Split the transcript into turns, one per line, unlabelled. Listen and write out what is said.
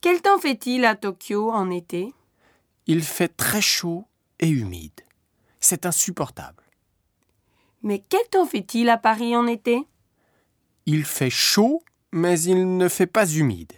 Quel temps fait-il à Tokyo en été
Il fait très chaud et humide. C'est insupportable.
Mais quel temps fait-il à Paris en été
Il fait chaud, mais il ne fait pas humide.